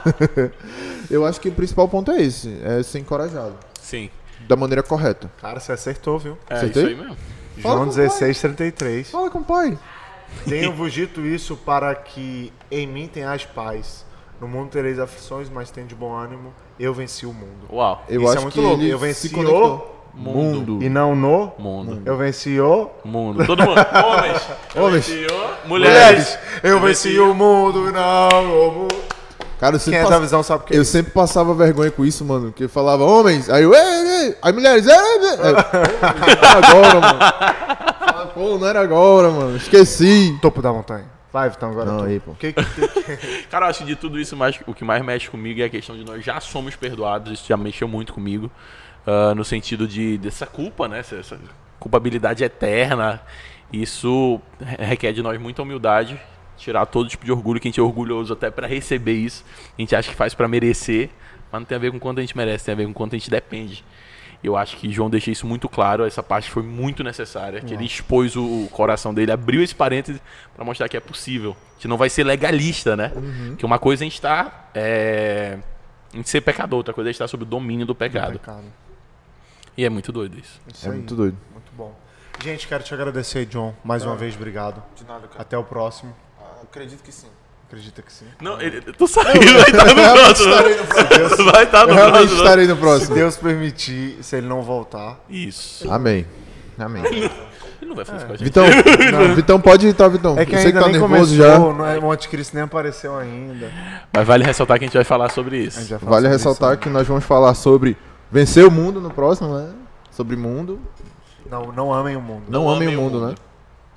S2: Eu acho que o principal ponto é esse, é ser encorajado
S3: Sim.
S2: da maneira correta.
S1: Cara, você acertou, viu?
S3: É
S2: Acertei?
S3: isso aí mesmo.
S2: Fala
S1: João
S2: com o pai.
S1: 16, 33.
S2: Fala, compadre.
S1: Tenho-vos dito isso para que em mim tenhas paz. No mundo tereis aflições, mas tem de bom ânimo. Eu venci o mundo.
S3: Uau.
S2: Eu
S1: Isso é
S2: acho
S1: muito
S2: que
S1: louco,
S2: ele
S1: eu venci
S2: se conectou.
S3: Mundo.
S1: E não no,
S3: Mundo.
S1: eu venci o...
S3: Mundo. Todo mundo. Homens.
S2: Homens.
S3: Mulheres.
S1: Mulheres,
S3: Mulheres.
S1: eu venci o mundo, não o mundo.
S2: Cara, eu sempre
S1: Quem é
S2: passo-
S1: da visão sabe o que é
S2: Eu
S1: isso.
S2: sempre passava vergonha com isso, mano. Que eu falava homens, aí eu, ei, ei, aí mulheres, ei, ei, ei. Aí eu, não era agora, mano. Fala, Pô, não era agora, mano. Esqueci.
S1: Topo da montanha. Vai, Vitão, agora
S2: Não,
S1: tu.
S2: aí, pô.
S1: Que que-
S3: Cara, eu acho que de tudo isso, mais, o que mais mexe comigo é a questão de nós já somos perdoados. Isso já mexeu muito comigo. ah, no sentido de dessa culpa, né? Essa, essa culpabilidade eterna. Isso re- requer de nós muita humildade. Tirar todo tipo de orgulho, que a gente é orgulhoso até pra receber isso. A gente acha que faz pra merecer, mas não tem a ver com quanto a gente merece, tem a ver com quanto a gente depende. Eu acho que João deixa isso muito claro. Essa parte foi muito necessária. Que
S2: É.
S3: ele expôs o o coração dele, abriu esse parênteses para mostrar que é possível. A gente não vai ser legalista, né?
S2: Uhum.
S3: Que uma coisa a gente tá. É... A gente ser pecador, outra coisa a gente tá sob o domínio do pecado.
S1: Pecado.
S3: E é muito doido isso.
S1: Isso
S2: É
S1: aí.
S2: muito doido.
S1: Muito bom. Gente, quero te agradecer, John. Mais uma vez, obrigado.
S2: É. De nada, cara. Ah,
S1: Até o próximo.
S2: Acredito que sim.
S1: Acredita que sim.
S3: Não, ele, tu saiu, vai estar no
S2: Estarei no próximo.
S3: próximo. Vai estar no
S2: Eu realmente
S3: próximo.
S2: estarei no
S1: Se
S2: próximo.
S1: Deus permitir, se ele não voltar.
S3: Isso.
S2: Amém. Amém.
S3: Ele não vai fazer isso com a gente.
S2: Vitão, Vitão, pode ir, tá, Vitão?
S1: É que
S2: eu sei que
S1: ainda
S2: tá
S1: nem
S2: nervoso
S1: começou,
S2: já.
S1: não é, o anticristo nem apareceu ainda.
S3: Mas vale ressaltar que a gente vai falar sobre
S1: A gente
S3: isso.
S1: vai falar
S2: Vale
S1: sobre
S2: ressaltar
S1: isso,
S2: que nós vamos falar sobre vencer o mundo no próximo, né? Sobre mundo.
S1: né? Não, não amem o mundo.
S2: Não, amem o mundo, um né?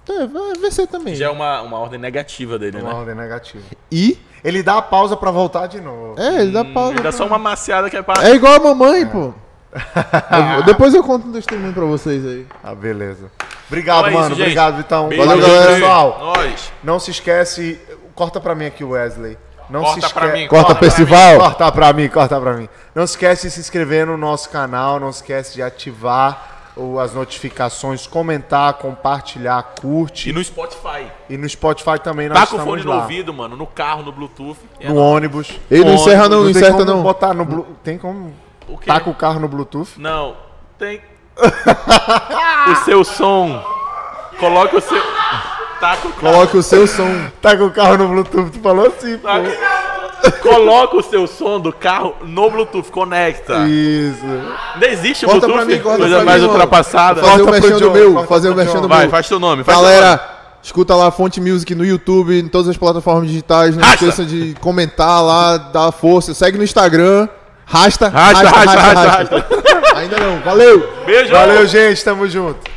S2: É, vai vencer também.
S3: Já é uma, uma ordem negativa dele,
S1: É uma
S3: né?
S1: ordem negativa.
S2: E.
S1: Ele dá a pausa pra voltar de novo.
S2: É, ele dá
S3: Hum,
S2: pausa.
S3: dá só uma maciada que é pra.
S2: É igual a mamãe, pô.
S1: É.
S2: Eu- depois eu conto um testemunho pra vocês aí.
S1: Ah, beleza. Obrigado,
S3: Então é isso,
S1: mano.
S3: gente.
S1: obrigado, Vitão.
S3: Beijo,
S2: Valeu,
S1: Valeu,
S2: galera.
S1: pessoal.
S3: Nós.
S1: Não se esquece. Corta pra mim aqui, Wesley. Não se
S3: Corta
S1: esquece.
S3: pra mim.
S2: Corta,
S3: pra mim.
S2: Percival.
S1: Corta pra mim, corta pra mim. Não esquece de se inscrever no nosso canal, não esquece de ativar o- as notificações, comentar, compartilhar, curte.
S3: E
S1: E no,
S3: no Spotify.
S1: Spotify também nós
S3: Tá com o
S1: estamos
S3: fone no
S1: lá.
S3: ouvido, mano, no carro, no Bluetooth. É
S1: No
S3: nóis.
S1: ônibus.
S2: Ei, não
S3: Bom,
S2: encerra não, não
S1: tem
S2: encerra
S1: como
S2: não.
S1: botar no blu- Tem como
S3: O quê?
S2: Tá
S1: taca o carro no Bluetooth?
S3: Não, tem. o seu som. Coloque o seu. Tá Taca o carro.
S2: Coloque o seu som.
S1: Taca Tá o carro no Bluetooth, tu falou assim,
S2: Tá
S1: pô.
S3: Taca- Coloca o seu som do carro no Bluetooth, conecta.
S1: Isso.
S3: Não existe
S2: Corta
S3: Bluetooth,
S2: pra mim, corta
S3: coisa
S2: pra
S3: mais
S2: mim, mano.
S3: ultrapassada.
S2: Fazer o
S1: Corta pro
S2: merchan do
S1: John,
S2: meu.
S1: corta
S2: Fazer o
S1: pro
S2: merchan
S1: John.
S2: do
S3: Vai,
S2: meu.
S3: faz teu nome. Faz
S2: Galera, escuta lá a Fonte Music no YouTube, em todas as plataformas digitais. Não
S3: Rasta.
S2: esqueça de comentar lá, dar força. Segue no Instagram. Rasta,
S3: Rasta, rasta, rasta,
S2: Ainda não. Valeu.
S3: teu nome. Beijo.
S1: Valeu, gente, tamo junto.